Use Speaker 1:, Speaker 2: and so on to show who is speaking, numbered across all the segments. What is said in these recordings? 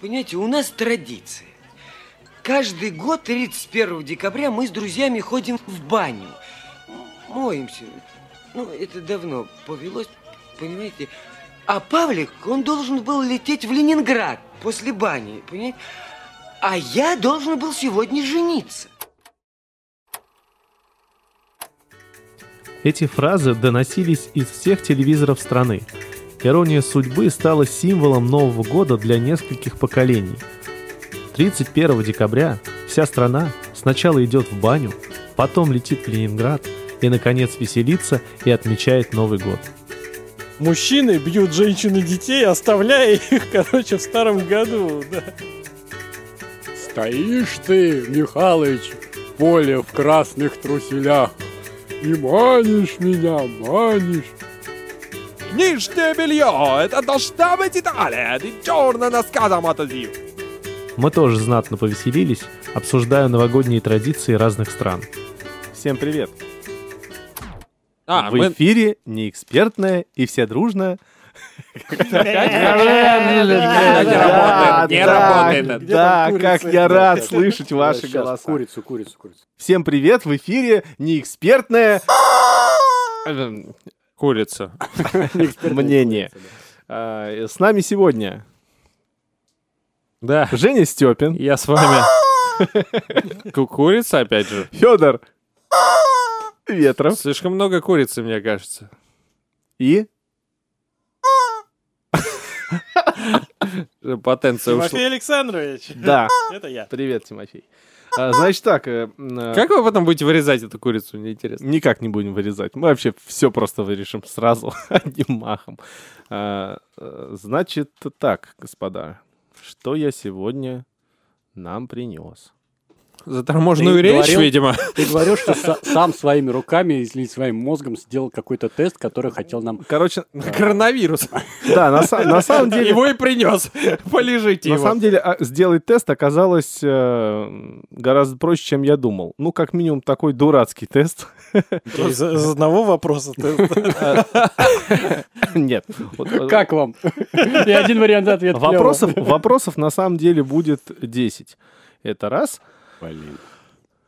Speaker 1: Понимаете, у нас традиция. Каждый год 31 декабря мы с друзьями ходим в баню. Моемся. Ну, это давно повелось, понимаете. А Павлик, он должен был лететь в Ленинград после бани, понимаете. А я должен был сегодня жениться.
Speaker 2: Эти фразы доносились из всех телевизоров страны. Ирония судьбы стала символом Нового года для нескольких поколений. 31 декабря вся страна сначала идет в баню, потом летит в Ленинград и, наконец, веселится и отмечает Новый год.
Speaker 3: Мужчины бьют женщин и детей, оставляя их, короче, в старом году. Да.
Speaker 4: Стоишь ты, Михалыч, в поле в красных труселях, и манишь меня, манишь.
Speaker 5: Нижнее белье! Это должна быть Италия! Ты черно насказом отозив!
Speaker 2: Мы тоже знатно повеселились, обсуждая новогодние традиции разных стран. Всем привет!
Speaker 5: А,
Speaker 2: в
Speaker 5: мы...
Speaker 2: эфире неэкспертная и все дружно.
Speaker 5: не работает, не работает.
Speaker 3: Где там
Speaker 2: Да,
Speaker 3: курица?
Speaker 2: как я рад слышать ваши голоса.
Speaker 4: Курицу, курицу, курицу.
Speaker 2: Всем привет, в эфире неэкспертное
Speaker 5: Эм, Курица.
Speaker 2: мнение. А, С нами сегодня
Speaker 5: Да,
Speaker 2: Женя Степин,
Speaker 5: я с вами. Ку- Курица, опять же.
Speaker 2: Федор Ветров
Speaker 5: Слишком много курицы, мне кажется.
Speaker 2: и
Speaker 5: Потенция ушла.
Speaker 3: Тимофей Александрович,
Speaker 2: да,
Speaker 3: это я.
Speaker 2: привет, Тимофей. А, Значит так, э, м, э,
Speaker 5: Как вы потом будете вырезать эту курицу, мне интересно.
Speaker 2: Никак не будем вырезать. Мы вообще все просто вырежем сразу, одним махом. А, э, Значит так, господа, что я сегодня нам принес?
Speaker 5: Заторможенную
Speaker 4: Ты
Speaker 5: речь,
Speaker 4: говорил?
Speaker 5: видимо.
Speaker 4: Ты говорил, что са- сам своими руками или своим мозгом сделал какой-то тест, который хотел нам...
Speaker 2: Короче,
Speaker 5: Коронавирус.
Speaker 2: да, на, са- на самом деле...
Speaker 5: Его и принес. Полежите
Speaker 2: На
Speaker 5: его.
Speaker 2: самом деле, а, сделать тест оказалось э, гораздо проще, чем я думал. Ну, как минимум, такой дурацкий тест.
Speaker 3: Из, из одного вопроса ты...
Speaker 2: Нет. Вот, э,
Speaker 4: Как вам? И один вариант ответа. клёво.
Speaker 2: Вопросов, вопросов на самом деле будет 10. Это раз.
Speaker 4: Блин.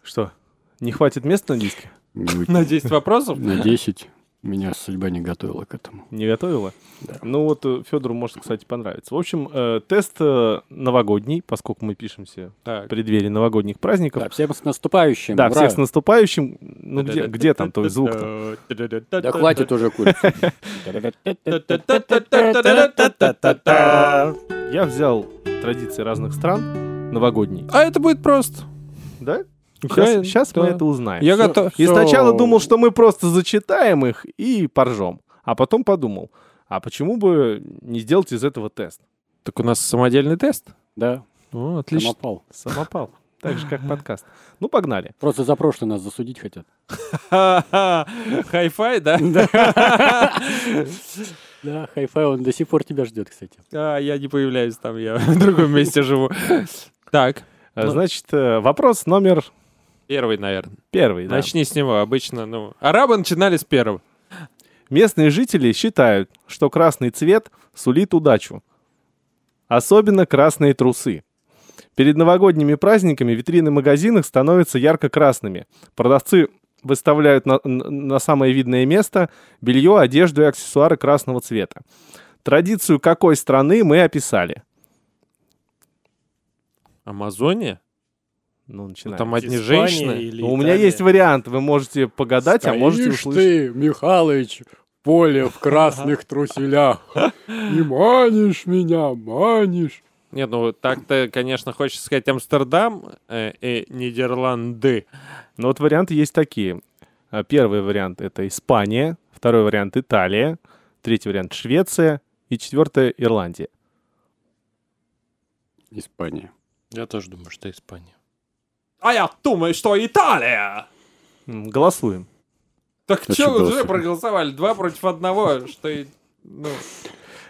Speaker 2: Что? Не хватит места на диске?
Speaker 4: Ну,
Speaker 5: На 10 вопросов.
Speaker 4: На 10 меня судьба не готовила к этому.
Speaker 2: Не готовила? Ну вот Федору может, кстати, понравиться. В общем, э, тест э, новогодний, поскольку мы пишемся в
Speaker 5: Так.
Speaker 2: преддверии новогодних праздников.
Speaker 4: Да, всем с наступающим.
Speaker 2: Да,
Speaker 4: ура.
Speaker 2: всех с наступающим. Ну где, где там твой звук-то?
Speaker 4: Да хватит уже курицу.
Speaker 2: Я взял традиции разных стран новогодний.
Speaker 5: А это будет просто.
Speaker 2: Да?
Speaker 5: Конечно,
Speaker 2: Сейчас, мы
Speaker 5: да.
Speaker 2: это узнаем. Ну,
Speaker 5: Я
Speaker 4: Всё.
Speaker 5: готов.
Speaker 2: И
Speaker 4: Всё.
Speaker 2: сначала думал, что мы просто зачитаем их и поржем. А потом подумал, а почему бы не сделать из этого тест?
Speaker 5: Так у нас самодельный тест.
Speaker 4: Да,
Speaker 5: О, отлично.
Speaker 4: самопал.
Speaker 2: Самопал. Так же, как подкаст. Ну, погнали.
Speaker 4: Просто за прошлое нас засудить хотят.
Speaker 5: Хай-фай, да?
Speaker 4: Да, хай-фай, он до сих пор тебя ждет, кстати.
Speaker 5: А, я не появляюсь там, я в другом месте живу. Так,
Speaker 2: А,
Speaker 5: Ну.
Speaker 2: Значит, э, вопрос номер
Speaker 5: первый, наверное.
Speaker 2: первый. да.
Speaker 5: Начни с него. Обычно, ну, арабы начинали с первого.
Speaker 2: Местные жители считают, что красный цвет сулит удачу. Особенно красные трусы. Перед новогодними праздниками витрины магазинов становятся ярко-красными. Продавцы выставляют на, н- на самое видное место белье, одежду и аксессуары красного цвета. Традицию какой страны мы описали?
Speaker 5: Амазония?
Speaker 2: Ну,
Speaker 5: Ну,
Speaker 2: начинаем.
Speaker 5: Там одни
Speaker 3: Испания
Speaker 5: женщины.
Speaker 3: или
Speaker 2: Ну, у меня
Speaker 3: Италия.
Speaker 2: есть вариант, вы можете погадать, а можете
Speaker 4: Стоишь
Speaker 2: услышать.
Speaker 4: ты, Михалыч, в поле в красных труселях. И манишь меня, манишь.
Speaker 5: Нет, ну так-то, конечно, хочется сказать Амстердам э, и Нидерланды.
Speaker 2: Ну, вот варианты есть такие. А, Первый вариант — это Испания, второй вариант — Италия, третий вариант — Швеция и четвертое — Ирландия.
Speaker 4: Испания.
Speaker 5: Я тоже думаю, что Испания. А я думаю, что Италия!
Speaker 2: М, Голосуем.
Speaker 5: Так
Speaker 4: Значит,
Speaker 5: что вы уже
Speaker 4: голосуем.
Speaker 5: проголосовали? Два против одного, что... и- Ну,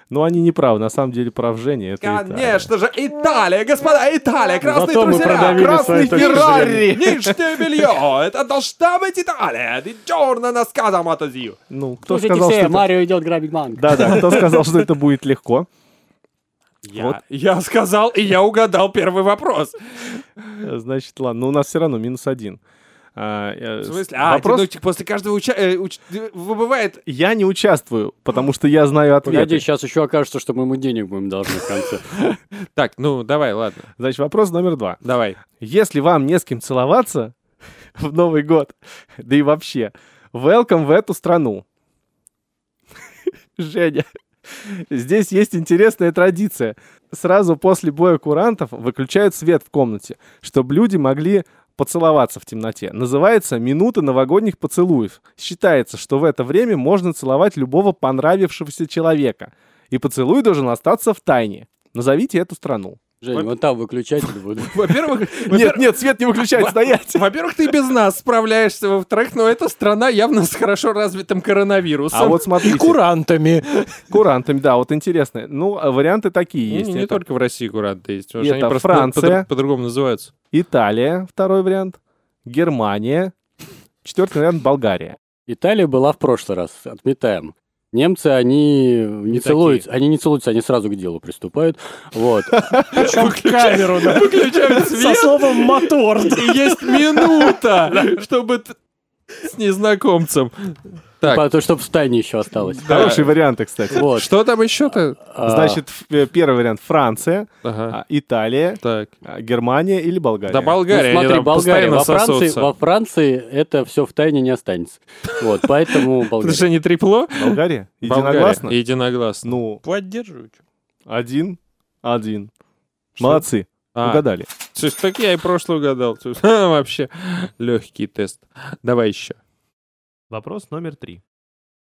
Speaker 2: Но они не правы, на самом деле прав Женя. Это Италия.
Speaker 5: конечно же, Италия, господа, Италия, красные
Speaker 3: Зато мы
Speaker 5: труселя,
Speaker 3: продавили
Speaker 2: Красный
Speaker 3: свою точку зрения.
Speaker 2: Феррари!
Speaker 5: Нижнее белье! Это должна быть Италия! Ты черно насказом отозью!
Speaker 2: Ну, кто
Speaker 4: Слушайте
Speaker 2: сказал, что
Speaker 4: все,
Speaker 2: это...
Speaker 4: Марио идет грабить банк.
Speaker 2: Да-да, кто сказал, что это будет легко?
Speaker 5: Я,
Speaker 2: Вот.
Speaker 5: я сказал, и я угадал первый вопрос.
Speaker 2: Э, Значит, ладно, но у нас все равно минус один. А, э,
Speaker 5: В
Speaker 2: с-
Speaker 5: смысле? А,
Speaker 2: вопрос...
Speaker 5: ну, типа, после каждого уча... э, уч- э, выбывает...
Speaker 2: Я не участвую, потому что я знаю ответ.
Speaker 4: Погоди, сейчас еще окажется, что мы ему денег будем должны в конце.
Speaker 5: Так, ну, давай, ладно,
Speaker 2: Значит, вопрос номер два.
Speaker 5: давай.
Speaker 2: Если вам не с кем целоваться в Новый год, да и вообще, welcome в эту страну. Женя, здесь есть интересная традиция. Сразу после боя курантов выключают свет в комнате, чтобы люди могли поцеловаться в темноте. Называется «Минута новогодних поцелуев». Считается, что в это время можно целовать любого понравившегося человека. И поцелуй должен остаться в тайне. Назовите эту страну.
Speaker 4: Жень, вот там выключатель буду.
Speaker 5: Во-первых,
Speaker 2: Нет, нет, свет не выключать, стоять.
Speaker 5: во-первых, ты без нас справляешься, во-вторых, но эта страна явно с хорошо развитым коронавирусом.
Speaker 2: А вот
Speaker 3: И
Speaker 2: смотрите,
Speaker 3: курантами.
Speaker 2: курантами, да, вот интересно. Ну, а варианты такие
Speaker 5: Ну,
Speaker 2: есть.
Speaker 5: не
Speaker 2: Это
Speaker 5: только в России куранты есть, потому
Speaker 2: И
Speaker 5: что они
Speaker 2: это
Speaker 5: просто
Speaker 2: Франция.
Speaker 5: по- по-другому называются.
Speaker 2: Италия, второй вариант. Германия. Четвертый вариант — Болгария.
Speaker 4: Италия была в прошлый раз, отметаем. Немцы, они не, целуются, они не целуются, они сразу к делу приступают. Вот.
Speaker 3: Причем в камеру, да.
Speaker 5: Включаем
Speaker 3: Со
Speaker 5: свет,
Speaker 3: словом мотор.
Speaker 5: и есть минута, чтобы т- с незнакомцем. Так,
Speaker 4: Потому что в стане еще осталось.
Speaker 5: Да.
Speaker 2: Хорошие варианты, кстати.
Speaker 4: Вот.
Speaker 5: что там еще-то?
Speaker 4: А,
Speaker 2: Значит, ф- э, первый вариант — Франция,
Speaker 5: Ага,
Speaker 2: а, Италия,
Speaker 5: так.
Speaker 2: а, Германия или Болгария.
Speaker 5: Да
Speaker 4: ну,
Speaker 5: Болгария, они
Speaker 4: смотри,
Speaker 5: там
Speaker 4: Болгария,
Speaker 5: постоянно
Speaker 4: во Франции,
Speaker 5: сосутся.
Speaker 4: во Франции это все в тайне не останется. Вот, поэтому
Speaker 5: Это
Speaker 4: Болгария.
Speaker 5: же не трепло?
Speaker 2: Болгария?
Speaker 5: Болгария.
Speaker 2: Единогласно?
Speaker 5: Единогласно.
Speaker 2: Ну,
Speaker 3: Поддерживаю.
Speaker 2: один, один.
Speaker 5: Что?
Speaker 2: Молодцы,
Speaker 5: А,
Speaker 2: угадали.
Speaker 5: то есть так я и прошлый угадал. То есть, ха, ну, Вообще легкий тест. Давай еще.
Speaker 6: Вопрос номер три.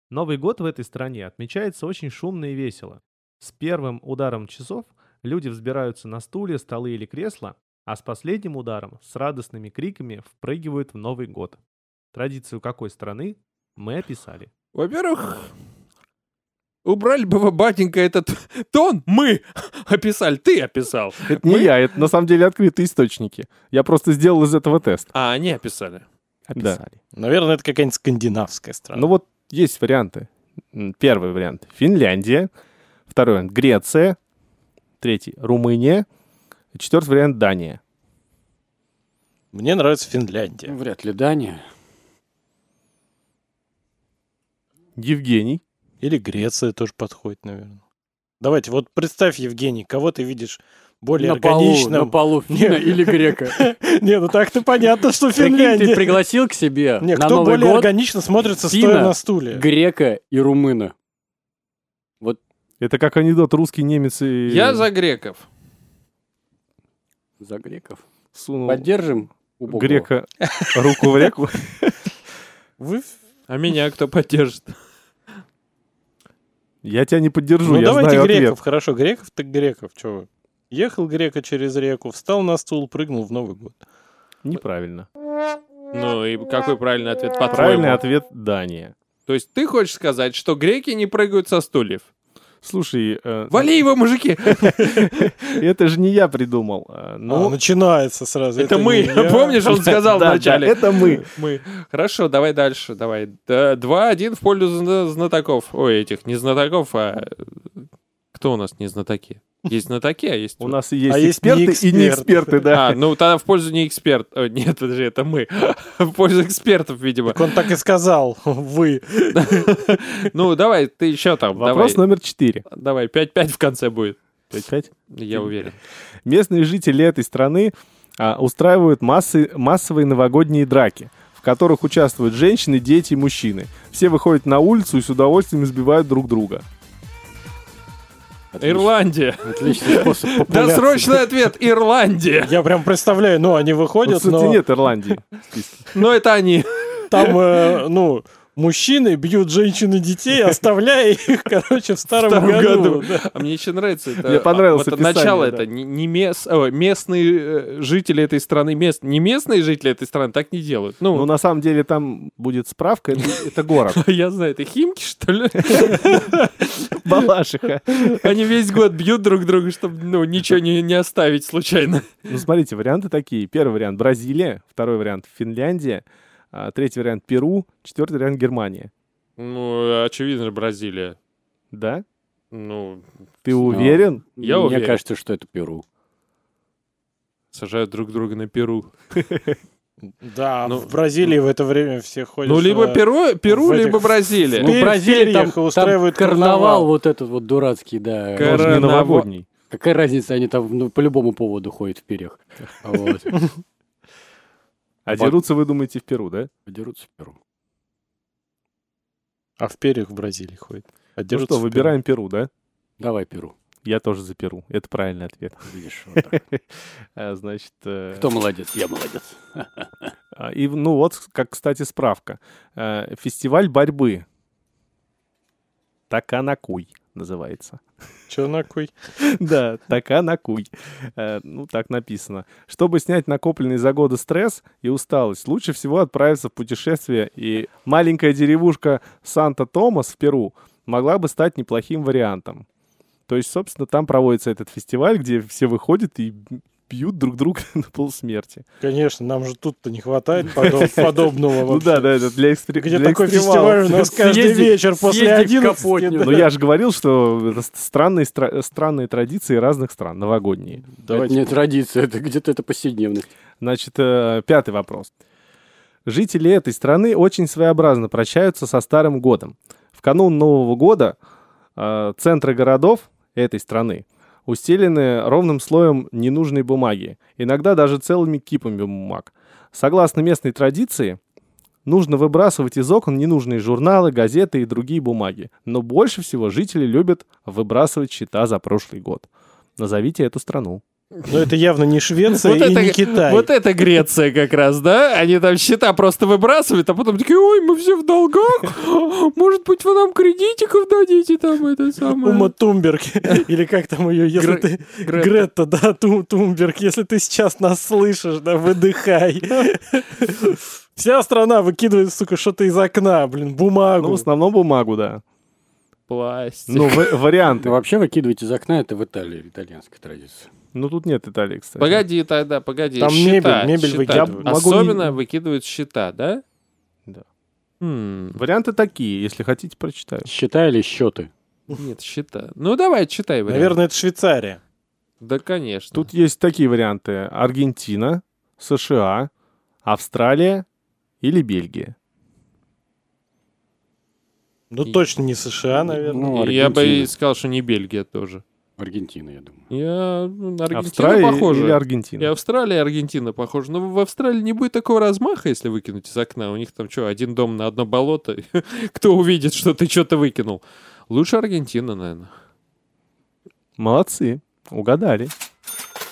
Speaker 6: Новый год в этой стране отмечается очень шумно и весело. С первым ударом часов люди взбираются на стулья, столы или кресла, а с последним ударом с радостными криками впрыгивают в Новый год. Традицию какой страны мы описали.
Speaker 5: Во-первых, убрали бы вы, батенька, этот тон. Мы описали, ты описал.
Speaker 2: Это не я, это на самом деле открытые источники. Я просто сделал из этого тест.
Speaker 5: А они описали.
Speaker 2: Да.
Speaker 6: Описали.
Speaker 3: Наверное, это какая-нибудь скандинавская страна.
Speaker 2: Ну вот есть варианты. М, Первый вариант — Финляндия. Второй вариант — Греция. Третий — Румыния. Четвертый вариант — Дания.
Speaker 3: Мне нравится Финляндия.
Speaker 4: Вряд ли Дания.
Speaker 2: Евгений.
Speaker 3: Или Греция тоже подходит, наверное. Давайте, вот представь, Евгений, кого ты видишь более
Speaker 4: на полу, на
Speaker 3: органичным.
Speaker 4: полу финна
Speaker 3: Нет.
Speaker 4: или грека.
Speaker 3: Не, ну так-то понятно, что
Speaker 4: Прикинь, ты
Speaker 3: Финляндия.
Speaker 4: пригласил к себе
Speaker 3: Не,
Speaker 4: на
Speaker 3: кто
Speaker 4: Новый
Speaker 3: более
Speaker 4: год
Speaker 3: органично смотрится, стоя
Speaker 4: финна,
Speaker 3: на стуле?
Speaker 4: грека и румына.
Speaker 2: Это как анекдот русский, немец и...
Speaker 5: Я за греков.
Speaker 4: За греков.
Speaker 2: Сунул
Speaker 4: Поддержим убогого?
Speaker 2: Ну, грека руку в реку.
Speaker 3: Вы...
Speaker 5: А меня кто поддержит?
Speaker 2: Я тебя не поддержу,
Speaker 3: Ну
Speaker 2: я
Speaker 3: давайте
Speaker 2: знаю
Speaker 3: греков,
Speaker 2: ответ.
Speaker 3: хорошо, греков так греков, чё вы. Ехал грека через реку, встал на стул, прыгнул в Новый год.
Speaker 2: Неправильно.
Speaker 5: Ну и какой правильный ответ? По-твоему?
Speaker 2: Правильный ответ — Дания.
Speaker 5: То есть ты хочешь сказать, что греки не прыгают со стульев?
Speaker 2: Слушай, э,
Speaker 5: Вали его, мужики!
Speaker 2: это же не я придумал. Э,
Speaker 3: Ну,
Speaker 2: Ну,
Speaker 3: начинается сразу.
Speaker 5: Это
Speaker 3: не
Speaker 5: мы.
Speaker 3: я.
Speaker 5: Помнишь, он сказал
Speaker 2: Да, да,
Speaker 5: вначале?
Speaker 2: это мы.
Speaker 5: Мы. Хорошо, давай дальше, давай. Да, Два, один в пользу зна- знатоков. Ой, этих не знатоков, а э, кто у нас не знатоки? Есть знатоки, а есть...
Speaker 2: У нас и есть
Speaker 3: А есть не
Speaker 2: эксперты и не
Speaker 3: эксперты.
Speaker 2: эксперты, да.
Speaker 5: А, ну тогда в пользу не эксперт. О, нет, это же это мы. В пользу экспертов, видимо.
Speaker 3: Так он так и сказал, вы.
Speaker 5: Ну, давай, ты еще там.
Speaker 2: Вопрос
Speaker 5: давай.
Speaker 2: номер четыре.
Speaker 5: Давай, 5-5 в конце будет.
Speaker 2: Пять-пять?
Speaker 5: Я уверен.
Speaker 2: Местные жители этой страны а, устраивают массы, массовые новогодние драки, в которых участвуют женщины, дети и мужчины. Все выходят на улицу и с удовольствием избивают друг друга.
Speaker 4: Отлично.
Speaker 5: Ирландия.
Speaker 4: Отличный способ популяции.
Speaker 5: Досрочный ответ. Ирландия.
Speaker 3: Я прям представляю, ну, они
Speaker 2: Ну,
Speaker 3: выходят,
Speaker 2: кстати,
Speaker 3: но Ну.
Speaker 2: нет Ирландии.
Speaker 5: Но это они.
Speaker 3: там, э, ну, мужчины бьют женщин и детей, оставляя их, короче, в старом,
Speaker 5: старом
Speaker 3: году.
Speaker 5: году.
Speaker 3: да.
Speaker 5: А мне еще нравится это.
Speaker 2: Мне понравилось
Speaker 5: Вот это
Speaker 2: описание,
Speaker 5: начало
Speaker 2: да.
Speaker 5: это не, не мес- о, местные э, жители этой страны, мест, не местные жители этой страны так не делают.
Speaker 2: Ну,
Speaker 5: Ну,
Speaker 2: на самом деле, там будет справка. Это, это город.
Speaker 5: я знаю, это химки, что ли?
Speaker 2: Балашиха.
Speaker 5: Они весь год бьют друг друга, чтобы ну, ничего не, не оставить случайно.
Speaker 2: Ну, смотрите, варианты такие. Первый вариант — Бразилия. Второй вариант — Финляндия. а, Третий вариант — Перу. Четвертый вариант — Германия.
Speaker 5: Ну, очевидно, Бразилия.
Speaker 2: Да?
Speaker 5: Ну,
Speaker 2: Ты уверен?
Speaker 5: Я
Speaker 4: Мне
Speaker 5: уверен.
Speaker 4: кажется, что это Перу.
Speaker 5: Сажают друг друга на Перу.
Speaker 3: Да,
Speaker 5: Ну,
Speaker 3: в Бразилии в это время все ходят.
Speaker 5: Ну, либо
Speaker 3: э,
Speaker 5: Перу, Перу
Speaker 3: в этих-
Speaker 5: либо Бразилия.
Speaker 3: Ну, в
Speaker 4: Бразилия
Speaker 3: перьях
Speaker 4: там,
Speaker 3: и
Speaker 4: там
Speaker 3: устраивают
Speaker 4: карнавал
Speaker 3: карнавал.
Speaker 4: вот этот вот дурацкий, да.
Speaker 5: Кар-
Speaker 2: Может, не
Speaker 5: Коронавод-
Speaker 2: новогодний.
Speaker 4: Какая разница, они там ну, по любому поводу ходят в перьях. Вот.
Speaker 2: А дерутся, вы думаете, в Перу, да? Ну
Speaker 4: Дерутся в Перу.
Speaker 3: А в перьях в Бразилии ходят. А
Speaker 2: Ну
Speaker 3: дерутся
Speaker 2: что,
Speaker 3: в перьях.
Speaker 2: выбираем Перу, да?
Speaker 4: Давай Перу.
Speaker 2: Я тоже за Перу. Это правильный ответ.
Speaker 4: Видишь, вот так.
Speaker 2: А, Значит, э,
Speaker 4: Кто молодец? Я молодец.
Speaker 2: а, и ну вот, как, кстати, справка. Э, Фестиваль борьбы. Таканакуй называется.
Speaker 3: Чернокуй.
Speaker 2: Да, таканакуй. Э, Ну, так написано. Чтобы снять накопленный за годы стресс и усталость, лучше всего отправиться в путешествие, и маленькая деревушка Санта-Томас в Перу могла бы стать неплохим вариантом. То есть, собственно, там проводится этот фестиваль, где все выходят и бьют друг друга на полсмерти.
Speaker 3: Конечно, нам же тут-то не хватает подоб- подобного
Speaker 2: Ну
Speaker 3: вообще.
Speaker 2: да, да, это для, экспер...
Speaker 3: Где
Speaker 2: для
Speaker 3: такой
Speaker 2: экстремалов.
Speaker 3: фестиваль ну? у нас каждый
Speaker 4: Съезди-
Speaker 3: вечер после
Speaker 4: съезди в
Speaker 3: 11.
Speaker 4: Капотню.
Speaker 3: да.
Speaker 2: Ну я же говорил, что это странные, стра- странные традиции разных стран, новогодние.
Speaker 4: Это не традиция, это где-то это повседневность.
Speaker 2: Значит, э, пятый вопрос. Жители этой страны очень своеобразно прощаются со Старым годом. В канун Нового года э, центры городов этой страны устелены ровным слоем ненужной бумаги, иногда даже целыми кипами бумаг. Согласно местной традиции, нужно выбрасывать из окон ненужные журналы, газеты и другие бумаги. Но больше всего жители любят выбрасывать счета за прошлый год. Назовите эту страну.
Speaker 3: Но это явно не Швеция
Speaker 5: Вот
Speaker 3: и
Speaker 5: это-
Speaker 3: не Китай.
Speaker 5: Вот это Греция как раз, да? Они там счета просто выбрасывают, а потом такие, ой, мы все в долгах. Может быть, вы нам кредитиков дадите там это
Speaker 3: А Ума
Speaker 5: самое.
Speaker 3: Тумберг, или как там ее, если
Speaker 5: Гре-
Speaker 3: ты...
Speaker 5: Грета.
Speaker 3: Гретта, да, Тум- Тумберг, если ты сейчас нас слышишь, да, выдыхай. Вся страна выкидывает, сука, что-то из окна, блин,
Speaker 2: Ну, в
Speaker 3: бумагу.
Speaker 2: основном бумагу, да.
Speaker 5: Пластик.
Speaker 2: Ну, ва- варианты.
Speaker 4: Да вообще выкидывать из окна, это в Италии, итальянская традиция.
Speaker 2: Ну, тут нет Италии, кстати.
Speaker 5: Погоди тогда, погоди.
Speaker 3: Там
Speaker 5: Счета,
Speaker 3: мебель, мебель
Speaker 5: счета.
Speaker 3: выкидывают.
Speaker 2: Я могу не-
Speaker 5: Особенно выкидывают счета, да? Хм,
Speaker 2: Да.
Speaker 5: М,
Speaker 2: Варианты такие, если хотите, прочитаю.
Speaker 4: Счета или счеты?
Speaker 5: Нет, счета. Ну, давай, читай вариант.
Speaker 3: Наверное, это Швейцария.
Speaker 5: Да, конечно.
Speaker 2: Тут есть такие варианты. Аргентина, США, Австралия или Бельгия.
Speaker 3: Ну,
Speaker 5: И-
Speaker 3: точно не США, наверное.
Speaker 4: Ну,
Speaker 5: Я бы и
Speaker 4: Аргентина.
Speaker 5: сказал, что не Бельгия тоже.
Speaker 4: Аргентина, я думаю.
Speaker 5: Я... ну, на Аргентину
Speaker 2: Австралия
Speaker 5: похоже.
Speaker 2: или Аргентина?
Speaker 5: И Австралия, и Аргентина похожи. Но в Австралии не будет такого размаха, если выкинуть из окна. У них там что, один дом на одно болото? Кто увидит, что ты что-то выкинул? Лучше Аргентина, наверное.
Speaker 2: Молодцы, угадали.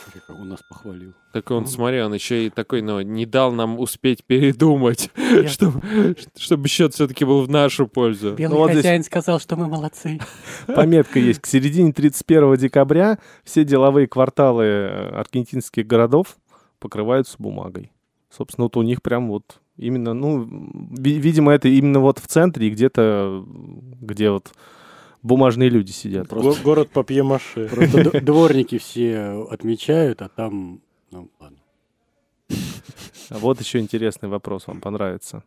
Speaker 4: Смотри, как Он нас похвалил.
Speaker 5: Так
Speaker 2: Ну.
Speaker 5: он, смотри, он еще и такой, но не дал нам успеть передумать, чтобы, чтобы счет все-таки был в нашу пользу.
Speaker 2: Ну, вот здесь
Speaker 4: сказал, что мы молодцы.
Speaker 2: пометка есть. К середине 31 декабря все деловые кварталы э, аргентинских городов покрываются бумагой. Собственно, вот у них прям вот именно, ну, ви- видимо, это именно вот в центре и где-то, где вот бумажные люди сидят.
Speaker 3: Го- Город Папье-Маше.
Speaker 4: Просто д- дворники все отмечают, а там... Ну, ладно.
Speaker 2: А Вот еще интересный вопрос, вам понравится.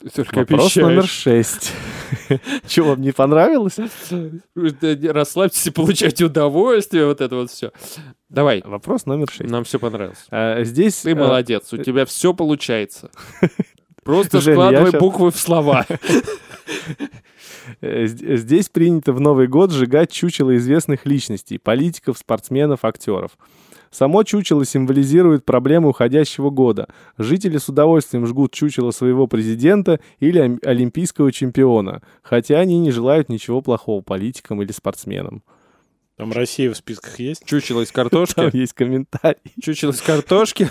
Speaker 5: Ты Только
Speaker 2: Вопрос номер
Speaker 5: обещаешь.
Speaker 2: шесть. Че, вам не понравилось?
Speaker 5: Да, Расслабьтесь и получайте удовольствие, вот это вот все. Давай,
Speaker 2: Вопрос номер шесть.
Speaker 5: нам все понравилось.
Speaker 2: А, Здесь...
Speaker 5: Ну, Ты
Speaker 2: э,
Speaker 5: молодец, у тебя все получается. Просто
Speaker 2: Женя, я
Speaker 5: складывай
Speaker 2: щас-
Speaker 5: буквы в слова.
Speaker 2: э, з- Здесь принято в Новый год сжигать чучело известных личностей, политиков, спортсменов, актеров. Само чучело символизирует проблемы уходящего года. Жители с удовольствием жгут чучело своего президента или ом- олимпийского чемпиона, хотя они не желают ничего плохого политикам или спортсменам.
Speaker 3: Там Россия в списках есть?
Speaker 5: Чучело из
Speaker 2: Там
Speaker 5: картошки.
Speaker 2: есть комментарий.
Speaker 5: Чучело из картошки.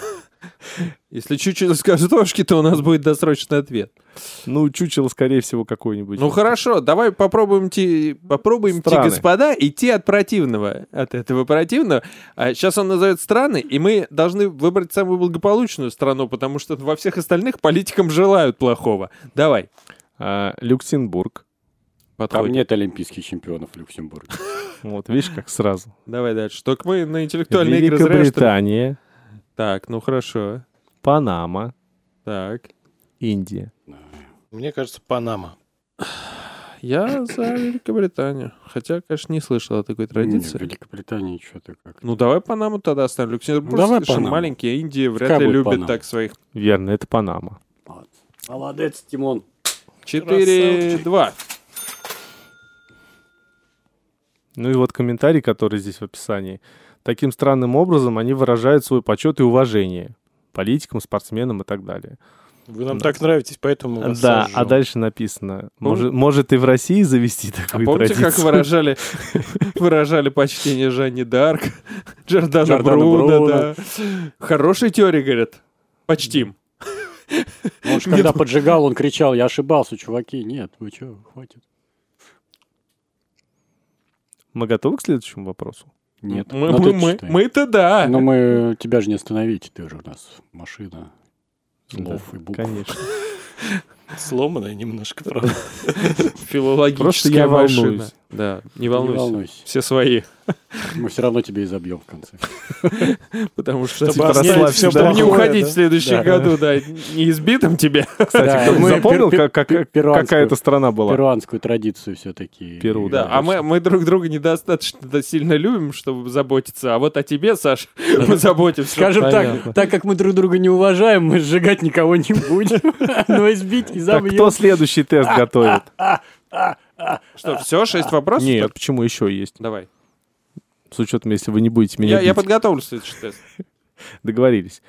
Speaker 5: Если чучело из картошки, то у нас будет досрочный ответ.
Speaker 2: Ну, чучело, скорее всего, какое-нибудь.
Speaker 5: Ну хорошо, давай попробуем те, попробуем те,
Speaker 2: Страны.
Speaker 5: господа, идти от противного, от этого противного. А сейчас он назовет страны, и мы должны выбрать самую благополучную страну, потому что во всех остальных политикам желают плохого. Давай,
Speaker 2: А, Люксембург.
Speaker 4: Там
Speaker 5: подходим.
Speaker 4: нет олимпийских чемпионов в Люксембурге.
Speaker 2: Вот, видишь, как сразу.
Speaker 5: Давай дальше. Только мы на интеллектуальные игры зря, что ли?
Speaker 2: Великобритания,
Speaker 5: Так, ну хорошо.
Speaker 2: Панама,
Speaker 5: Так.
Speaker 2: Индия.
Speaker 3: Мне кажется, Панама.
Speaker 5: Я за Великобританию. Хотя, конечно, не слышал о такой
Speaker 4: Не, в
Speaker 5: традиции.
Speaker 4: Великобритании что-то как
Speaker 5: Ну, давай Панаму тогда оставим. ну, Люксембург
Speaker 4: Давай
Speaker 5: слишком
Speaker 4: Панаму.
Speaker 5: маленький, а Индия вряд
Speaker 4: Пускай
Speaker 5: ли
Speaker 4: будет
Speaker 5: любит
Speaker 4: Панама.
Speaker 5: так своих.
Speaker 2: Верно, это Панама.
Speaker 4: Молодец, Тимон.
Speaker 5: 4-2.
Speaker 2: Ну и вот комментарий, который здесь в описании. Таким странным образом они выражают свой почет и уважение политикам, спортсменам и так далее.
Speaker 3: Вы нам так нравитесь, поэтому
Speaker 5: Ну,
Speaker 3: вас
Speaker 2: да,
Speaker 3: сожжем.
Speaker 2: а дальше написано,
Speaker 5: Пом-
Speaker 2: может, может и в России завести
Speaker 5: Ну, А
Speaker 2: такую
Speaker 5: помните,
Speaker 2: традицию.
Speaker 5: как выражали, выражали почтение Жанни Дарк, Джордана
Speaker 4: Джордана
Speaker 5: Бруно,
Speaker 4: Бруно.
Speaker 5: да. Хорошая теория, говорят. Почтим.
Speaker 4: Он же когда поджигал, он кричал, я ошибался, чуваки. Нет, вы что, хватит.
Speaker 2: Мы готовы к следующему вопросу?
Speaker 4: Нет,
Speaker 5: Мы-
Speaker 4: но
Speaker 5: мы-
Speaker 4: ты
Speaker 5: мы-
Speaker 4: читай.
Speaker 5: Мы-то да.
Speaker 4: Но мы тебя же не остановить, ты же у нас машина слов
Speaker 2: Да,
Speaker 4: и букв.
Speaker 2: Конечно.
Speaker 3: Сломанная немножко, правда.
Speaker 5: Филологическая
Speaker 2: Просто я
Speaker 5: машина.
Speaker 2: волнуюсь.
Speaker 5: Да, не
Speaker 4: Не
Speaker 5: волнуйся.
Speaker 4: волнуйся,
Speaker 5: Все свои.
Speaker 4: мы все равно тебя изобьем в конце.
Speaker 5: Потому что
Speaker 3: Чтобы
Speaker 5: типа,
Speaker 3: оставить
Speaker 5: расслабься,
Speaker 3: всё
Speaker 5: чтобы не
Speaker 3: плохое,
Speaker 5: уходить
Speaker 3: да?
Speaker 5: в следующем
Speaker 3: Да.
Speaker 5: году, да, не избитым тебе.
Speaker 2: Кстати,
Speaker 4: Да,
Speaker 2: кто-нибудь
Speaker 4: мы
Speaker 2: запомнил,
Speaker 4: пер-
Speaker 2: как- как-
Speaker 4: пер- перуанскую-
Speaker 2: какая это страна была?
Speaker 4: Перуанскую традицию все-таки.
Speaker 2: Перу,
Speaker 5: Да, а мы, мы друг друга недостаточно да, сильно любим, чтобы заботиться. А вот о тебе, Саш, мы заботимся.
Speaker 4: Скажем
Speaker 2: Понятно.
Speaker 4: так, так как мы друг друга не уважаем, мы сжигать никого не будем, но избить и
Speaker 2: Так кто
Speaker 4: забьем.
Speaker 2: следующий тест готовит?
Speaker 5: Что, все, шесть вопросов?
Speaker 2: Нет, почему еще есть?
Speaker 5: Давай.
Speaker 2: С учетом, если вы не будете меня
Speaker 5: Я, я
Speaker 2: бить.
Speaker 5: подготовлю следующий тест.
Speaker 2: Договорились.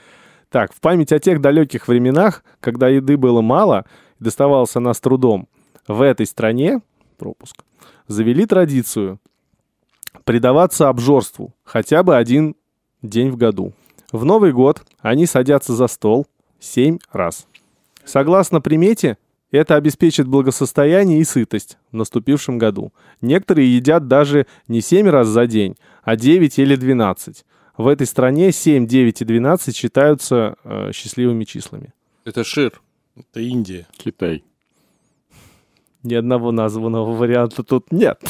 Speaker 2: Так, в память о тех далеких временах, когда еды было мало, и доставалась она с трудом, в этой стране, пропуск, завели традицию предаваться обжорству хотя бы один день в году. В Новый год они садятся за стол семь раз. Согласно примете, это обеспечит благосостояние и сытость в наступившем году. Некоторые едят даже не семь раз за день, а 9 или 12. В этой стране 7, 9 и 12 считаются э, счастливыми числами.
Speaker 5: Это шир.
Speaker 3: Это Индия.
Speaker 4: Китай.
Speaker 2: Ни одного названного варианта тут нет.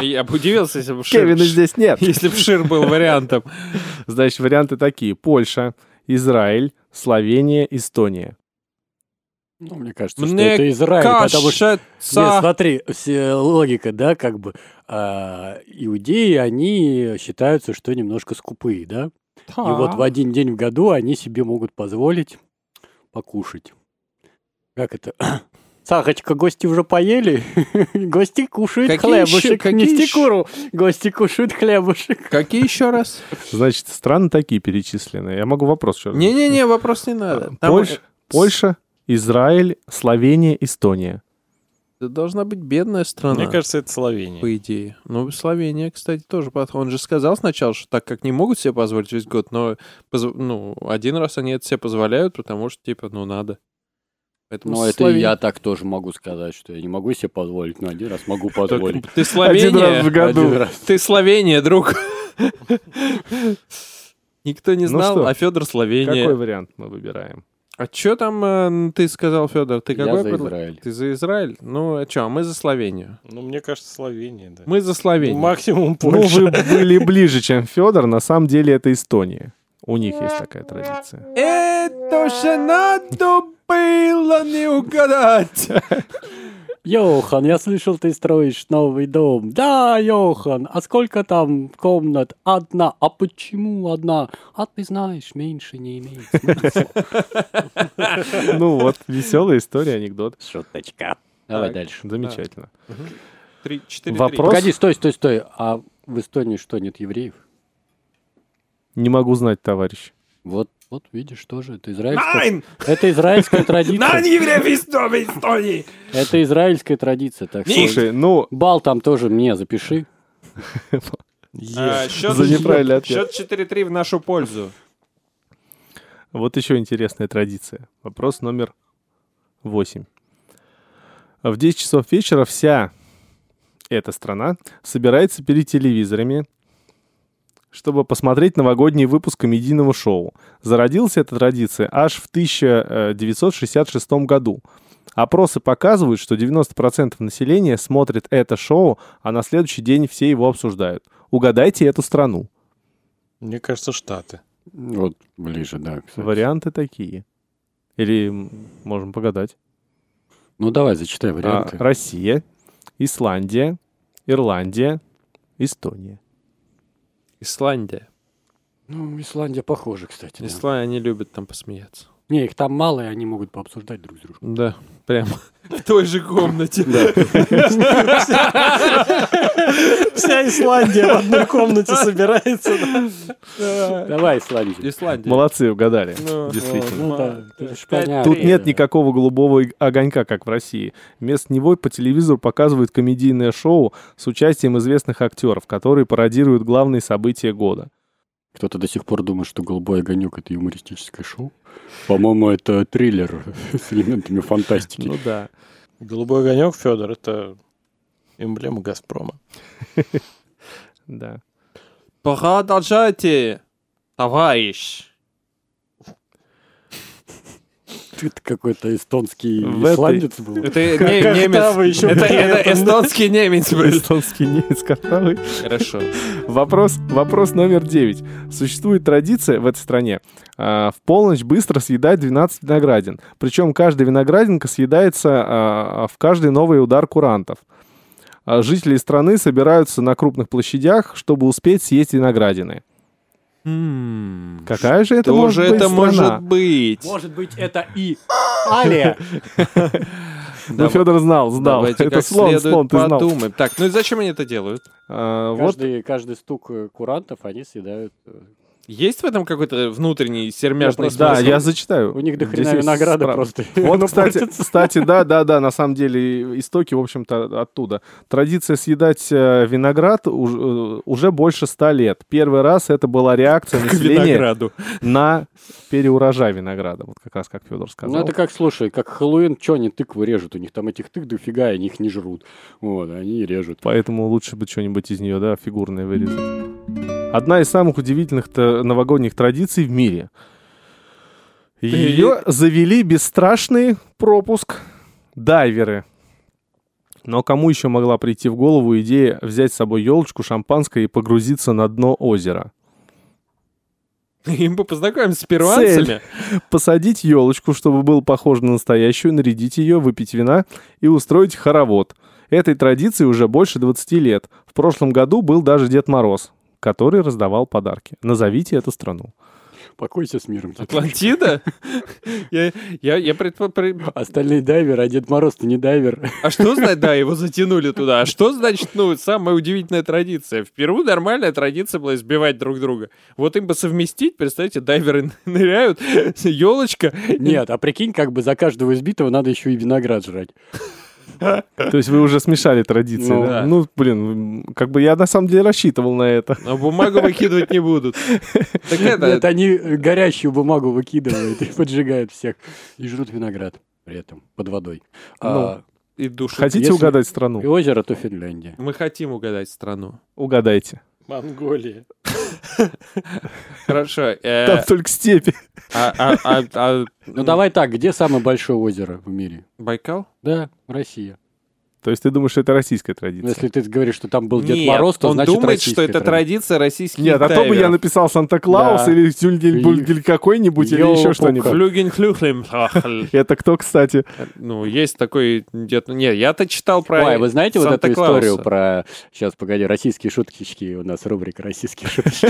Speaker 5: Я бы удивился, если бы шир...
Speaker 2: Кевина здесь нет.
Speaker 5: Если бы шир был вариантом.
Speaker 2: Значит, варианты такие. Польша, Израиль, Словения, Эстония.
Speaker 4: Ну, мне кажется, что
Speaker 5: Мне
Speaker 4: это Израиль, потому что Нет,
Speaker 5: Кашица.
Speaker 4: смотри, все э, логика, да, как бы а, иудеи, они считаются, что немножко скупые, да? И вот в один день в году они себе могут позволить покушать. Как это? Сахочка, гости уже поели, гости кушают
Speaker 5: Какие
Speaker 4: хлебушек,
Speaker 5: еще- какие
Speaker 4: не
Speaker 5: еще-
Speaker 4: стекуру, гости кушают хлебушек.
Speaker 5: Какие еще раз?
Speaker 2: Значит, страны такие перечислены. Я могу вопрос еще раз
Speaker 5: Не-не-не, вопрос не надо. Там э,
Speaker 2: Польша, Польша, Израиль, Словения, Эстония.
Speaker 5: это должна быть бедная страна.
Speaker 3: Мне кажется, это Словения.
Speaker 5: по идее. Ну, Словения, кстати, тоже подходит. Он же сказал сначала, что так как не могут себе позволить весь год, но позв- ну, один раз они это себе позволяют, потому что, типа, ну, надо. Поэтому
Speaker 4: Ну, это и
Speaker 5: Словения-
Speaker 4: я так тоже могу сказать, что я не могу себе позволить, но один раз могу
Speaker 5: Так,
Speaker 4: позволить.
Speaker 5: Ты Словения,
Speaker 2: Один раз в
Speaker 4: Один
Speaker 2: году.
Speaker 4: раз.
Speaker 5: ты Словения, друг. Никто не
Speaker 2: Ну
Speaker 5: знал,
Speaker 2: что?
Speaker 5: а Федор Словения.
Speaker 2: Какой вариант мы выбираем?
Speaker 5: А что там э, ты сказал, Федор? Ты
Speaker 4: Я
Speaker 5: какой
Speaker 4: за
Speaker 5: предла-
Speaker 4: Израиль.
Speaker 5: Ты за Израиль? Ну, а что, мы за Словению.
Speaker 3: Ну, мне кажется, Словения, да.
Speaker 5: Мы за Словению.
Speaker 3: Максимум
Speaker 2: Ну,
Speaker 3: Польша.
Speaker 2: вы были ближе, чем Федор. На самом деле это Эстония. У них есть такая традиция.
Speaker 5: Это же надо было не угадать.
Speaker 4: Йохан, я слышал, ты строишь новый дом. Да, Йохан, а сколько там комнат? Одна. А почему одна? А ты знаешь, меньше не имеет смысла.
Speaker 2: Ну вот, веселая история, анекдот.
Speaker 4: Шуточка. Давай
Speaker 5: Так.
Speaker 4: дальше.
Speaker 2: Замечательно.
Speaker 5: Три, четыре, три.
Speaker 2: Вопрос?
Speaker 4: Погоди, стой, стой, стой. А в Эстонии что, нет евреев?
Speaker 2: Не могу знать, товарищ.
Speaker 4: Вот, вот видишь, тоже это израильская... Это израильская
Speaker 5: Найн
Speaker 4: традиция.
Speaker 5: евреев из дома Эстонии!
Speaker 4: Это израильская традиция, так что...
Speaker 2: Слушай, ну,
Speaker 4: Бал там тоже мне запиши.
Speaker 5: А,
Speaker 3: Е.
Speaker 5: Счет
Speaker 2: за неправильный ответ.
Speaker 5: счет 4-3 в нашу пользу.
Speaker 2: Вот еще интересная традиция. Вопрос номер 8. В 10 часов вечера вся эта страна собирается перед телевизорами, чтобы посмотреть новогодний выпуск комедийного шоу. Зародилась эта традиция аж в 1966 году. Опросы показывают, что 90% населения смотрит это шоу, а на следующий день все его обсуждают. Угадайте эту страну.
Speaker 3: Мне кажется, Штаты.
Speaker 4: Вот ближе, да. кстати.
Speaker 2: Варианты такие. Или м, можем погадать.
Speaker 4: Ну давай, зачитай
Speaker 2: А,
Speaker 4: варианты.
Speaker 2: Россия, Исландия, Ирландия, Эстония.
Speaker 5: Исландия.
Speaker 4: Ну, Исландия похожа, кстати. да.
Speaker 5: Исландия, они любят там посмеяться.
Speaker 4: Не, их там мало, и они могут пообсуждать друг с дружкой.
Speaker 5: Да, прям в той же комнате.
Speaker 3: Вся Исландия в одной комнате собирается.
Speaker 4: Давай, Исландия.
Speaker 5: Исландия.
Speaker 2: Молодцы, угадали.
Speaker 5: Ну,
Speaker 2: Действительно.
Speaker 4: Ну, да,
Speaker 5: Ма-
Speaker 4: это ж
Speaker 5: пять
Speaker 4: понятно.
Speaker 2: Тут
Speaker 5: Три.
Speaker 2: нет никакого голубого и- огонька, как в России. Вместо него по телевизору показывают комедийное шоу с участием известных актеров, которые пародируют главные события года.
Speaker 4: Кто-то до сих пор думает, что «Голубой огонек» — это юмористическое шоу. По-моему, это триллер с элементами фантастики.
Speaker 2: Ну да.
Speaker 7: Голубой огонек, Федор, это эмблема Газпрома.
Speaker 2: Да.
Speaker 5: Продолжайте, товарищ.
Speaker 4: Ты какой-то эстонский
Speaker 2: В этой-
Speaker 4: исландец был.
Speaker 5: Это не- немец.
Speaker 3: вы еще
Speaker 5: Это,
Speaker 3: при
Speaker 5: это
Speaker 3: этом, да?
Speaker 5: эстонский немец был.
Speaker 2: Эстонский немец картавый.
Speaker 5: Хорошо.
Speaker 2: Вопрос, вопрос номер 9. Существует традиция в этой стране а, в полночь быстро съедать 12 виноградин. Причем каждая виноградинка съедается а, в каждый новый удар курантов. А, Жители страны собираются на крупных площадях, чтобы успеть съесть виноградины. Какая же это
Speaker 5: Кто
Speaker 2: может
Speaker 5: Хм, же
Speaker 2: быть
Speaker 5: это
Speaker 2: страна?
Speaker 5: может быть?
Speaker 4: Может быть, это и Алия.
Speaker 2: Ну, Федор знал, знал.
Speaker 5: Давайте
Speaker 2: это
Speaker 5: как
Speaker 2: слон,
Speaker 5: следует
Speaker 2: слон, ты знал.
Speaker 5: подумаем. Так, ну и зачем они это делают?
Speaker 2: А, вот
Speaker 4: Каждый, каждый стук э, курантов они съедают. э,
Speaker 5: Есть в этом какой-то внутренний сермяжный
Speaker 4: просто-
Speaker 2: Да,
Speaker 5: смысл?
Speaker 2: я зачитаю.
Speaker 4: У них до
Speaker 2: Здесь
Speaker 4: хрена
Speaker 2: есть
Speaker 4: винограда
Speaker 2: справка.
Speaker 4: просто. Ну,
Speaker 2: Вот,
Speaker 4: Оно
Speaker 2: кстати,
Speaker 4: портится.
Speaker 2: кстати, да, да, да, на самом деле истоки, в общем-то, оттуда. Традиция съедать э, виноград уж- э, уже больше ста лет. Первый раз это была реакция населения на переурожай винограда. Вот как раз как Федор
Speaker 4: Ну,
Speaker 2: сказал.
Speaker 4: это как, слушай, как Хэллоуин, что они тыквы режут? У них там этих тык дофига, и они их не жрут. Вот, они и режут.
Speaker 2: Поэтому лучше бы что-нибудь из нее, да, фигурное вырезать. Одна из самых удивительных та- новогодних традиций в мире. Ее завели бесстрашный пропуск дайверы. Но кому еще могла прийти в голову идея взять с собой елочку, шампанское и погрузиться на дно озера?
Speaker 5: И мы познакомимся с перуанцами.
Speaker 2: Посадить елочку, чтобы был похож на настоящую, нарядить ее, выпить вина и устроить хоровод. Этой традиции уже больше 20 лет. В прошлом году был даже Дед Мороз, который раздавал подарки. Назовите эту страну.
Speaker 4: Покойся с миром.
Speaker 5: Атлантида? Я, я, я предпо- при-
Speaker 4: Остальные дайверы, а Дед Мороз-то не дайвер.
Speaker 5: А что значит, да, его затянули туда. А что значит, ну, самая удивительная традиция? В Перу нормальная традиция была избивать друг друга. Вот им бы совместить, представьте, дайверы ныряют, елочка.
Speaker 4: Нет, а прикинь, как бы за каждого избитого надо еще и виноград жрать.
Speaker 2: То есть вы уже смешали традиции.
Speaker 4: Ну
Speaker 2: да?
Speaker 5: да.
Speaker 2: ну блин, как бы я на самом деле рассчитывал на это.
Speaker 5: А бумагу выкидывать не будут. Так
Speaker 4: Нет,
Speaker 5: это...
Speaker 4: они э, горящую бумагу выкидывают и поджигают всех. И жрут виноград при этом под водой. А,
Speaker 5: И душу.
Speaker 2: Хотите
Speaker 4: если-
Speaker 2: угадать страну?
Speaker 5: Ну.
Speaker 4: И озеро, то Финляндия.
Speaker 5: Мы хотим угадать страну.
Speaker 2: Угадайте.
Speaker 7: Монголия.
Speaker 5: Хорошо. э,
Speaker 2: Там только степи.
Speaker 5: а- а- а- а
Speaker 4: Ну давай так, где самое большое озеро в мире?
Speaker 5: Байкал?
Speaker 4: Да, Россия.
Speaker 2: То есть ты думаешь, что это российская
Speaker 4: Ну,
Speaker 2: традиция?
Speaker 4: Если ты говоришь, что там был Дед
Speaker 5: Нет,
Speaker 4: Мороз, то
Speaker 5: он
Speaker 4: значит
Speaker 5: думает, что
Speaker 4: российская
Speaker 5: это традиция российских
Speaker 2: Нет, а то бы я
Speaker 5: дайверов.
Speaker 2: написал Санта-Клаус
Speaker 4: Да.
Speaker 2: или Тюльдельбульдель какой-нибудь или еще
Speaker 4: Ёлопука.
Speaker 2: что-нибудь.
Speaker 5: Флюгенхлюхлем.
Speaker 2: Это кто, кстати?
Speaker 5: Ну, есть такой... дед- Не, я-то читал про
Speaker 4: Ой, а вы знаете вот эту
Speaker 5: Санта-Клауса.
Speaker 4: историю про... Сейчас, погоди, российские шуточки. У нас рубрика «Российские шуточки».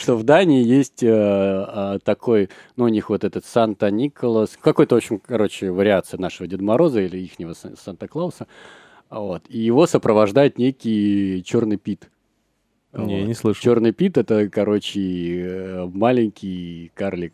Speaker 4: Что в Дании есть э, а, такой... Ну, у них вот этот Санта-Николас. Какой-то, в общем, короче, вариация нашего Деда Мороза или ихнего Сан- Санта-Клауса. А Вот. И его сопровождает некий черный пит.
Speaker 2: Не, не слышал.
Speaker 4: Черный пит это, короче, э, маленький карлик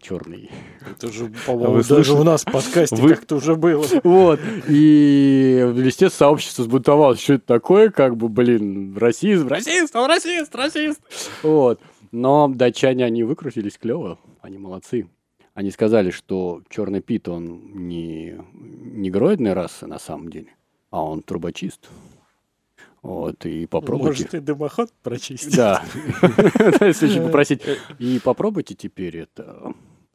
Speaker 4: черный.
Speaker 7: Это же, по-моему,
Speaker 2: А Вы
Speaker 7: даже
Speaker 2: слышали?
Speaker 7: у нас в подкасте
Speaker 2: Вы-
Speaker 7: как-то уже было.
Speaker 4: Вот. И, естественно, сообщество сбунтовалось. Что это такое? Как бы, блин, расизм, расист, он расист, расист. Вот. Но датчане, они выкрутились клево. Они молодцы. Они сказали, что черный пит, он не негроидной расы на самом деле, а он трубочист. Вот, и попробуйте.
Speaker 7: Может, и дымоход прочистить.
Speaker 4: Да, если еще попросить. И попробуйте теперь это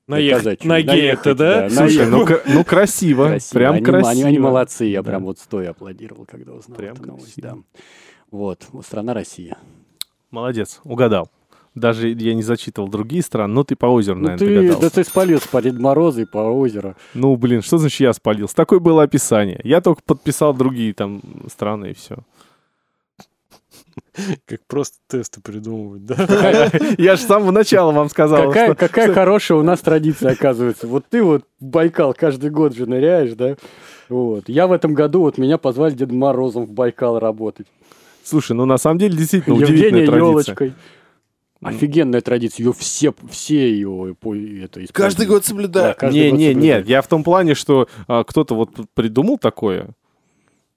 Speaker 5: Наехать.
Speaker 4: доказать.
Speaker 5: Наехать,
Speaker 4: Наехать,
Speaker 5: да?
Speaker 2: Слушай,
Speaker 4: наехать.
Speaker 2: ну, ка- ну красиво,
Speaker 4: Красиво.
Speaker 2: прям
Speaker 4: они,
Speaker 2: красиво.
Speaker 4: Они, они молодцы, я
Speaker 2: Да.
Speaker 4: прям вот стоя аплодировал, когда узнал
Speaker 2: Прям
Speaker 4: эту новость.
Speaker 2: красиво.
Speaker 4: да. Вот, вот страна Россия.
Speaker 2: Молодец, угадал. Даже я не зачитывал другие страны, но ты по озеру,
Speaker 4: Ну
Speaker 2: наверное,
Speaker 4: ты,
Speaker 2: догадался.
Speaker 4: да ты спалился по Дед Морозу и по озеру.
Speaker 2: Ну, блин, что значит я спалился? Такое было описание. Я только подписал другие там страны и все.
Speaker 7: Как просто тесты придумывать, да?
Speaker 2: Я же с самого начала вам сказал.
Speaker 4: Какая,
Speaker 2: что-
Speaker 4: какая хорошая у нас традиция, оказывается. Вот ты вот в Байкал каждый год же ныряешь, да? Вот. Я в этом году, вот меня позвали Дедом Морозом в Байкал работать.
Speaker 2: Слушай, ну на самом деле действительно
Speaker 4: Евгения
Speaker 2: удивительная традиция. Ну.
Speaker 4: елочкой. Офигенная традиция. Ее все, все ее по- это используют.
Speaker 5: Каждый год
Speaker 4: Да,
Speaker 5: соблюдают.
Speaker 4: каждый
Speaker 2: Не,
Speaker 4: год
Speaker 2: не, не,
Speaker 4: соблюдают.
Speaker 2: я в том плане, что а, кто-то вот придумал такое.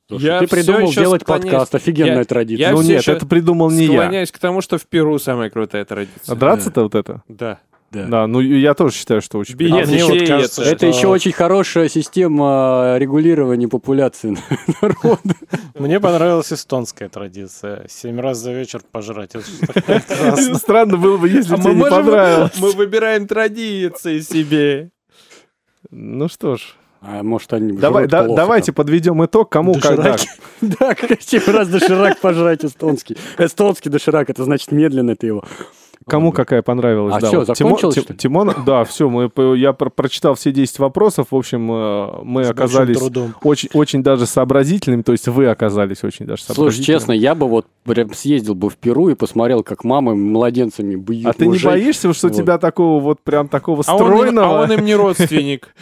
Speaker 4: Слушай,
Speaker 5: Я
Speaker 4: ты
Speaker 5: всё
Speaker 4: придумал
Speaker 5: ещё
Speaker 4: делать
Speaker 5: склоняюсь-
Speaker 4: подкаст. Офигенная
Speaker 5: я-
Speaker 4: традиция.
Speaker 5: я
Speaker 2: ну
Speaker 5: всё
Speaker 2: нет,
Speaker 5: ещё
Speaker 2: это придумал не я.
Speaker 5: Склоняюсь к тому, что в Перу самая крутая традиция.
Speaker 2: А драться-то вот это?
Speaker 5: Да.
Speaker 4: Да.
Speaker 2: Да, ну и я тоже считаю, что очень
Speaker 5: Биет
Speaker 7: А мне вот
Speaker 5: еще и
Speaker 7: кажется,
Speaker 5: это.
Speaker 4: Это еще очень хорошая система регулирования популяции народа.
Speaker 7: Мне понравилась эстонская традиция. Семь раз за вечер пожрать. Это что такое?
Speaker 2: прекрасно. А Странно было бы, если
Speaker 5: А
Speaker 2: тебе
Speaker 5: мы,
Speaker 2: не
Speaker 5: можем,
Speaker 2: понравилось.
Speaker 5: мы выбираем традиции себе.
Speaker 2: Ну что ж,
Speaker 4: А может, они
Speaker 2: давай,
Speaker 4: жрут
Speaker 2: да-
Speaker 4: плохо
Speaker 2: давайте подведем итог, кому когда.
Speaker 4: Дошираки. там. Да, как семь раз доширак пожрать эстонский. Эстонский доширак, это значит медленно ты его.
Speaker 2: Кому какая понравилась?
Speaker 4: А
Speaker 2: да,
Speaker 4: всё,
Speaker 2: вот.
Speaker 4: закончилось,
Speaker 2: Тимо-
Speaker 4: что ли?
Speaker 2: Тимон, да, все, мы, по- я про- прочитал все 10 вопросов. В общем, э, мы
Speaker 7: С большим
Speaker 2: оказались
Speaker 7: трудом.
Speaker 2: очень, очень даже сообразительными, то есть вы оказались очень даже
Speaker 4: Слушай,
Speaker 2: сообразительными.
Speaker 4: честно, я бы вот прям съездил бы в Перу и посмотрел, как мамы младенцами бьют
Speaker 2: А ты не
Speaker 4: мужей.
Speaker 2: боишься, что
Speaker 4: Вот.
Speaker 2: тебя такого вот прям такого
Speaker 5: А он, им,
Speaker 2: стройного?
Speaker 5: а он им не родственник.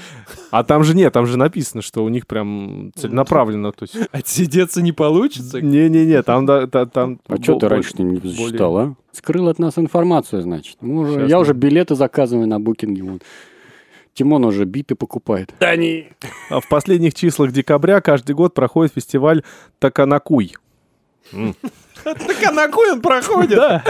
Speaker 2: А там же нет, там же написано, что у них
Speaker 4: Ну,
Speaker 2: прям целенаправленно, то есть...
Speaker 5: Отсидеться не получится.
Speaker 2: Не-не-не, там... да- та- там
Speaker 4: А что ты
Speaker 2: бо-
Speaker 4: раньше не зачитал, а? Скрыл от нас информацию, значит. Мы уже-
Speaker 2: Щас
Speaker 4: я
Speaker 2: мы-
Speaker 4: уже билеты заказываю на букинге. вон. Тимон уже биты покупает. Да не!
Speaker 2: А В последних числах декабря каждый год проходит фестиваль Таканакуй.
Speaker 5: Так а на кой он проходит?
Speaker 2: Да,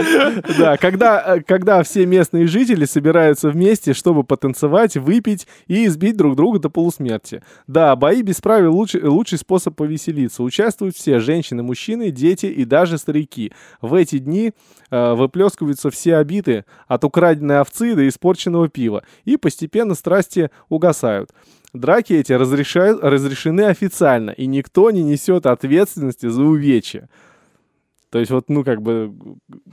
Speaker 2: да, когда, э, когда все местные жители собираются вместе, чтобы потанцевать, выпить и избить друг друга до полусмерти. Да, бои без правил лучший, лучший способ повеселиться. Участвуют все женщины, мужчины, дети и даже старики. В эти дни э, выплескиваются все обиды от украденной овцы до испорченного пива. И постепенно страсти угасают. Драки эти разрешают, разрешены официально, и никто не несет ответственности за увечья. То есть вот, ну, как бы,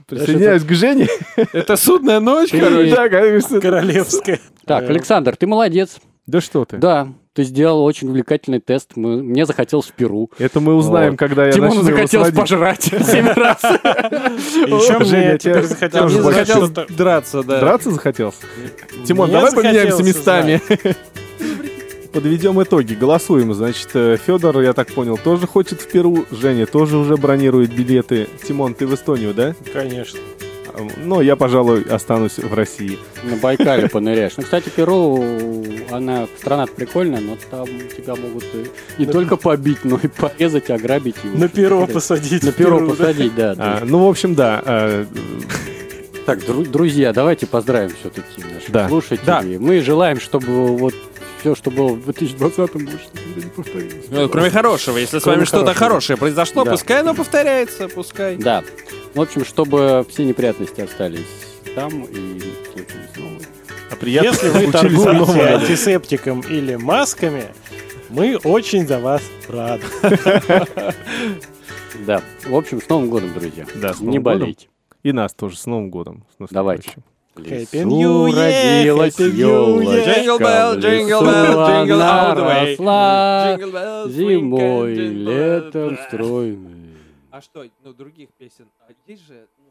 Speaker 2: присоединяюсь к Жене.
Speaker 5: Это судная ночь, короче.
Speaker 2: Да, конечно.
Speaker 7: Королевская.
Speaker 4: Так, Александр, ты молодец.
Speaker 2: Да что ты.
Speaker 4: Да, ты сделал очень увлекательный тест. Мы- Мне захотелось в Перу.
Speaker 2: Это мы узнаем,
Speaker 4: Вот.
Speaker 2: когда я
Speaker 4: Тимону
Speaker 2: начну его
Speaker 4: захотелось
Speaker 2: сводить.
Speaker 4: пожрать семь раз.
Speaker 7: Еще
Speaker 2: Женя, я
Speaker 7: мне
Speaker 2: тебя
Speaker 7: теперь захотелось...
Speaker 2: тоже
Speaker 5: Мне
Speaker 2: больше.
Speaker 5: захотелось драться, да.
Speaker 2: Драться захотел? Тимон,
Speaker 7: Мне
Speaker 2: давай
Speaker 7: захотелось
Speaker 2: поменяемся местами. Подведем итоги, голосуем. Значит, э, Федор, я так понял, тоже хочет в Перу. Женя тоже уже бронирует билеты. Тимон, ты в Эстонию, да?
Speaker 7: Конечно.
Speaker 2: Но я, пожалуй, останусь в России.
Speaker 4: На Байкале поныряешь. Ну, кстати, Перу, она страна прикольная, но там тебя могут и- не только побить, но и порезать, ограбить. и
Speaker 7: На
Speaker 4: вот
Speaker 7: перо
Speaker 4: это.
Speaker 7: посадить.
Speaker 4: На
Speaker 7: в
Speaker 4: перо
Speaker 7: Перу, да.
Speaker 4: посадить, да.
Speaker 2: А,
Speaker 4: да.
Speaker 2: ну, в общем, да. э,
Speaker 4: Так, дру- друзья, давайте поздравим все-таки наших
Speaker 2: Да.
Speaker 5: Да.
Speaker 4: слушателей. Мы желаем, чтобы вот все, что было в 2020 больше никогда не повторилось.
Speaker 5: Ну, Кроме хорошего, если с
Speaker 4: Кроме
Speaker 5: вами что-то
Speaker 4: хорошего.
Speaker 5: хорошее произошло,
Speaker 4: Да.
Speaker 5: пускай оно повторяется, пускай.
Speaker 4: Да. В общем, чтобы все неприятности остались там и случились новые.
Speaker 2: а
Speaker 7: Если вы
Speaker 2: случились
Speaker 7: торгуете
Speaker 2: новые.
Speaker 7: антисептиком или масками, мы очень за вас рады.
Speaker 4: Да. В общем, с Новым годом, друзья.
Speaker 2: Да, с
Speaker 4: Не
Speaker 2: Новым годом.
Speaker 4: болейте.
Speaker 2: И нас тоже с Новым годом. С наступающим.
Speaker 4: Давайте. В
Speaker 7: Happy
Speaker 4: лесу
Speaker 7: New Year,
Speaker 4: родилась
Speaker 7: Happy New Year.
Speaker 4: елочка,
Speaker 5: Jingle
Speaker 4: в
Speaker 5: bell, jingle
Speaker 4: лесу
Speaker 5: bell, jingle
Speaker 4: она
Speaker 5: all the way.
Speaker 4: росла,
Speaker 5: Jingle bells,
Speaker 4: А, зимой,
Speaker 5: jingle bells.
Speaker 4: летом стройной.
Speaker 5: А что, ну, других песен? А есть же, ну,